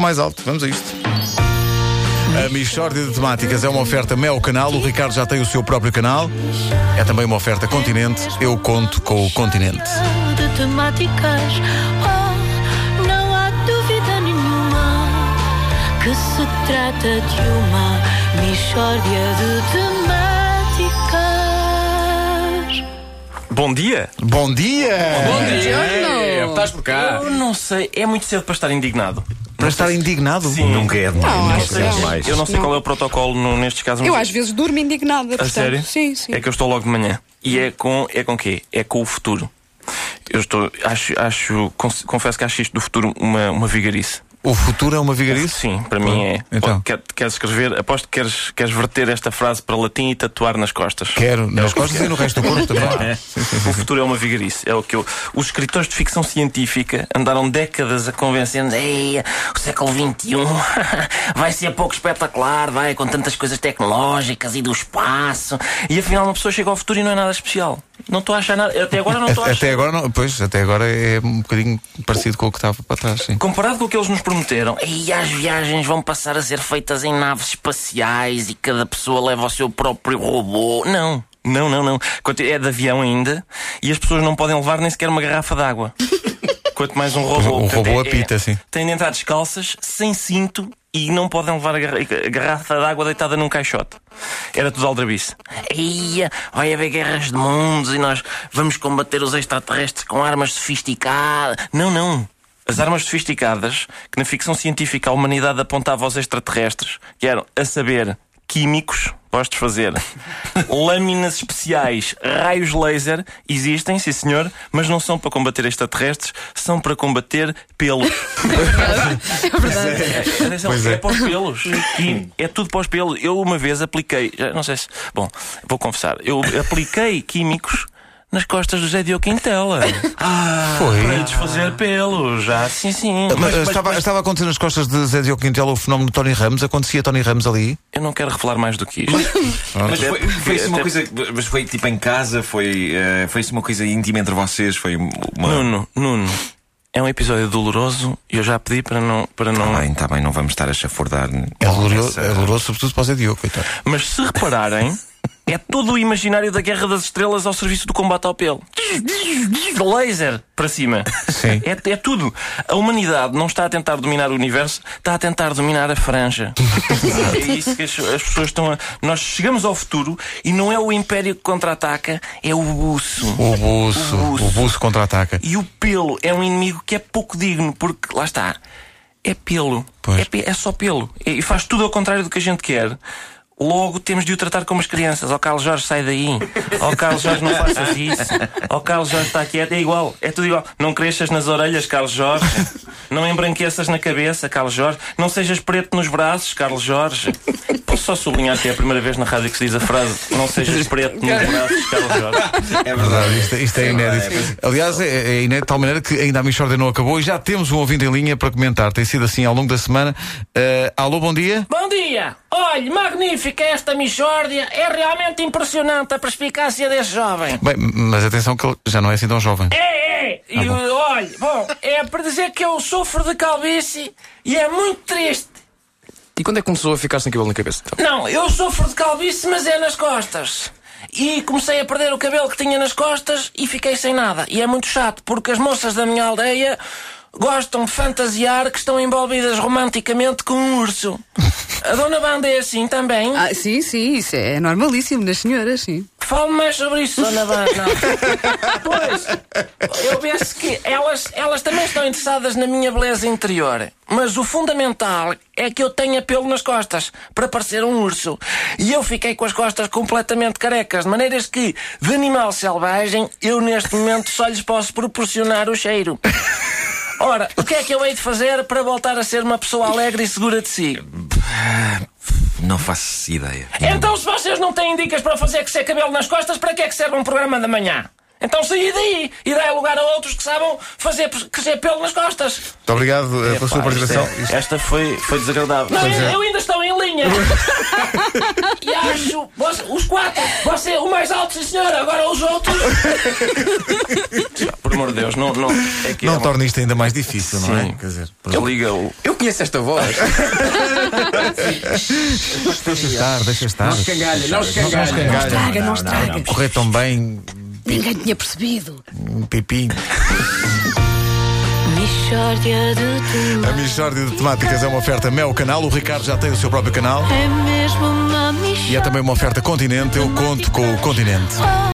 mais alto. Vamos a isto. A Michórdia de Temáticas é uma oferta Mel Canal, o Ricardo já tem o seu próprio canal. É também uma oferta Continente, eu conto com o Continente. De temáticas, oh, não há dúvida nenhuma que se trata de uma mistória de temáticas. Bom dia! Bom dia! Bom dia! É, Estás por cá? Eu não sei, é muito cedo para estar indignado. Para estar indignado? Sim. Nunca é demais. Não, acho que sei, não. Eu não sei Não. qual é o protocolo no- nestes casos. mas Eu às vezes durmo indignada. A portanto. sério? Sim, sim. É que eu estou logo de manhã. E é com é com quê? É com o futuro. Eu estou acho acho con- confesso que acho isto do futuro uma uma vigarice. O futuro é uma vigarice? Sim, para mim é. Então. Pô, quer- queres escrever? Aposto que queres queres verter esta frase para latim e tatuar nas costas. Quero, nas costas e no resto do corpo também. O futuro é uma vigarice. É o que eu... Os escritores de ficção científica andaram décadas a convencer-nos "Ei, o século XXI vai ser pouco espetacular, vai, com tantas coisas tecnológicas e do espaço. E afinal uma pessoa chega ao futuro e não é nada especial. Não estou a achar nada. Até agora não estou a achar. Até agora, não, pois, até agora é um bocadinho parecido com o que estava para trás, sim. Comparado com o que eles nos prometeram, e as viagens vão passar a ser feitas em naves espaciais e cada pessoa leva o seu próprio robô. Não, não, não, não. Quanto- É de avião ainda e as pessoas não podem levar nem sequer uma garrafa de água. Quanto mais um robô. O Portanto, robô apita, sim. Têm de entrar descalças, sem cinto e não podem levar a, garra- a garrafa de água deitada num caixote. Era tudo aldrabice. Ia, vai haver guerras de mundos e nós vamos combater os extraterrestres com armas sofisticadas. Não, não. As armas sofisticadas que na ficção científica a humanidade apontava aos extraterrestres, que eram, a saber, químicos, podes fazer, lâminas especiais, raios laser, existem, sim senhor, mas não são para combater extraterrestres, são para combater pelos. É, atenção, Pois é. é. para os pelos. E é tudo para os pelos. Eu uma vez apliquei, já não sei se. Bom, vou confessar, eu apliquei químicos. Nas costas do Zé Diogo Quintela. Ah, Foi? Para desfazer pelos. Ah, sim, sim. Mas, eh, estava, estava a acontecer nas costas de Zé Diogo Quintela o fenómeno de Tony Ramos. Acontecia Tony Ramos ali? Eu não quero revelar mais do que isto. Mas foi, Até- foi assim até- uma coisa. Mas foi tipo em casa, foi. eh, foi assim uma coisa íntima entre vocês, foi uma. Nuno, Nuno. É um episódio doloroso e eu já pedi para não. Para Tá não... Está Tá bem, está bem, não vamos estar a chafurdar. É doloroso, é doloroso sobretudo para o Zé Diogo, coitado. Mas se repararem, é todo o imaginário da Guerra das Estrelas ao serviço do combate ao pelo. Laser para cima. Sim. É, é tudo. A humanidade não está a tentar dominar o universo, está a tentar dominar a franja. é isso que as, as pessoas estão a. Nós chegamos ao futuro e não é o Império que contra-ataca, é o buço. O buço, O buço. o buço contra-ataca. E o pelo é um inimigo que é pouco digno, porque lá está. É pelo. Pois. É, pe- é só pelo. E e faz tudo ao contrário do que a gente quer. Logo temos de o tratar como as crianças. Ó Carlos Jorge, sai daí. Ó Carlos Jorge, não faças isso. Ó Carlos Jorge, está quieto. É igual, é tudo igual. Não cresças nas orelhas, Carlos Jorge. Não embranqueças na cabeça, Carlos Jorge. Não sejas preto nos braços, Carlos Jorge. Posso só sublinhar que é a primeira vez na rádio que se diz a frase: Não sejas preto nos braços, Carlos Jorge. É Verdade, verdade. Isto, isto é inédito. Aliás, é, é inédito de tal maneira que ainda a Michordia não acabou e já temos um ouvinte em linha para comentar. Tem sido assim ao longo da semana. Ah, alô, bom dia. Bom dia! Olhe, magnífica esta misórdia! É realmente impressionante a perspicácia deste jovem! Bem, mas atenção que ele já não é assim tão jovem. É, é! E bom. olhe, olha, bom, é para dizer que eu sofro de calvície e é muito triste! E quando é que começou a ficar sem cabelo na cabeça? então? Não, eu sofro de calvície, mas é nas costas. E comecei a perder o cabelo que tinha nas costas e fiquei sem nada. E é muito chato, porque as moças da minha aldeia gostam de fantasiar que estão envolvidas romanticamente com um urso. A dona Banda é assim também? Ah, sim, sim, isso é normalíssimo nas senhoras, sim. Fale mais sobre isso, Dona Vanda. pois, eu penso que elas, elas também estão interessadas na minha beleza interior. Mas o fundamental é que eu tenha pelo nas costas, para parecer um urso. E eu fiquei com as costas completamente carecas, de maneiras que, de animal selvagem, eu neste momento só lhes posso proporcionar o cheiro. Ora, o que é que eu hei de fazer para voltar a ser uma pessoa alegre e segura de si? Não faço ideia. Então, se vocês não têm dicas para fazer crescer cabelo nas costas, para que é que serve um programa da manhã? Então saí daí e dai lugar a outros que sabem fazer p- crescer pelo nas costas. Muito obrigado eh, pela sua Pá, isto participação. é- Esta foi, foi desagradável. Não, eu, eu ainda estou em linha. sozinha. e acho. você- os quatro. Você, o mais alto, sim senhora. Agora os outros. Por amor de Deus, não. Não, é que é Não uma- torna isto ainda mais difícil, não é? Sim. Quer dizer, Liga o. Eu conheço esta voz. deixa estar, deixa estar. Não escangalha, não escangalha. Não Traga, não, estraga. Correr tão bem, Ninguém tinha percebido. um pipinho. Michórdia de A temáticas Michórdia de Temáticas é uma oferta Mel Canal, o Ricardo já tem o seu próprio canal É mesmo uma e é também uma oferta Continente, eu conto com o Continente. michórdia.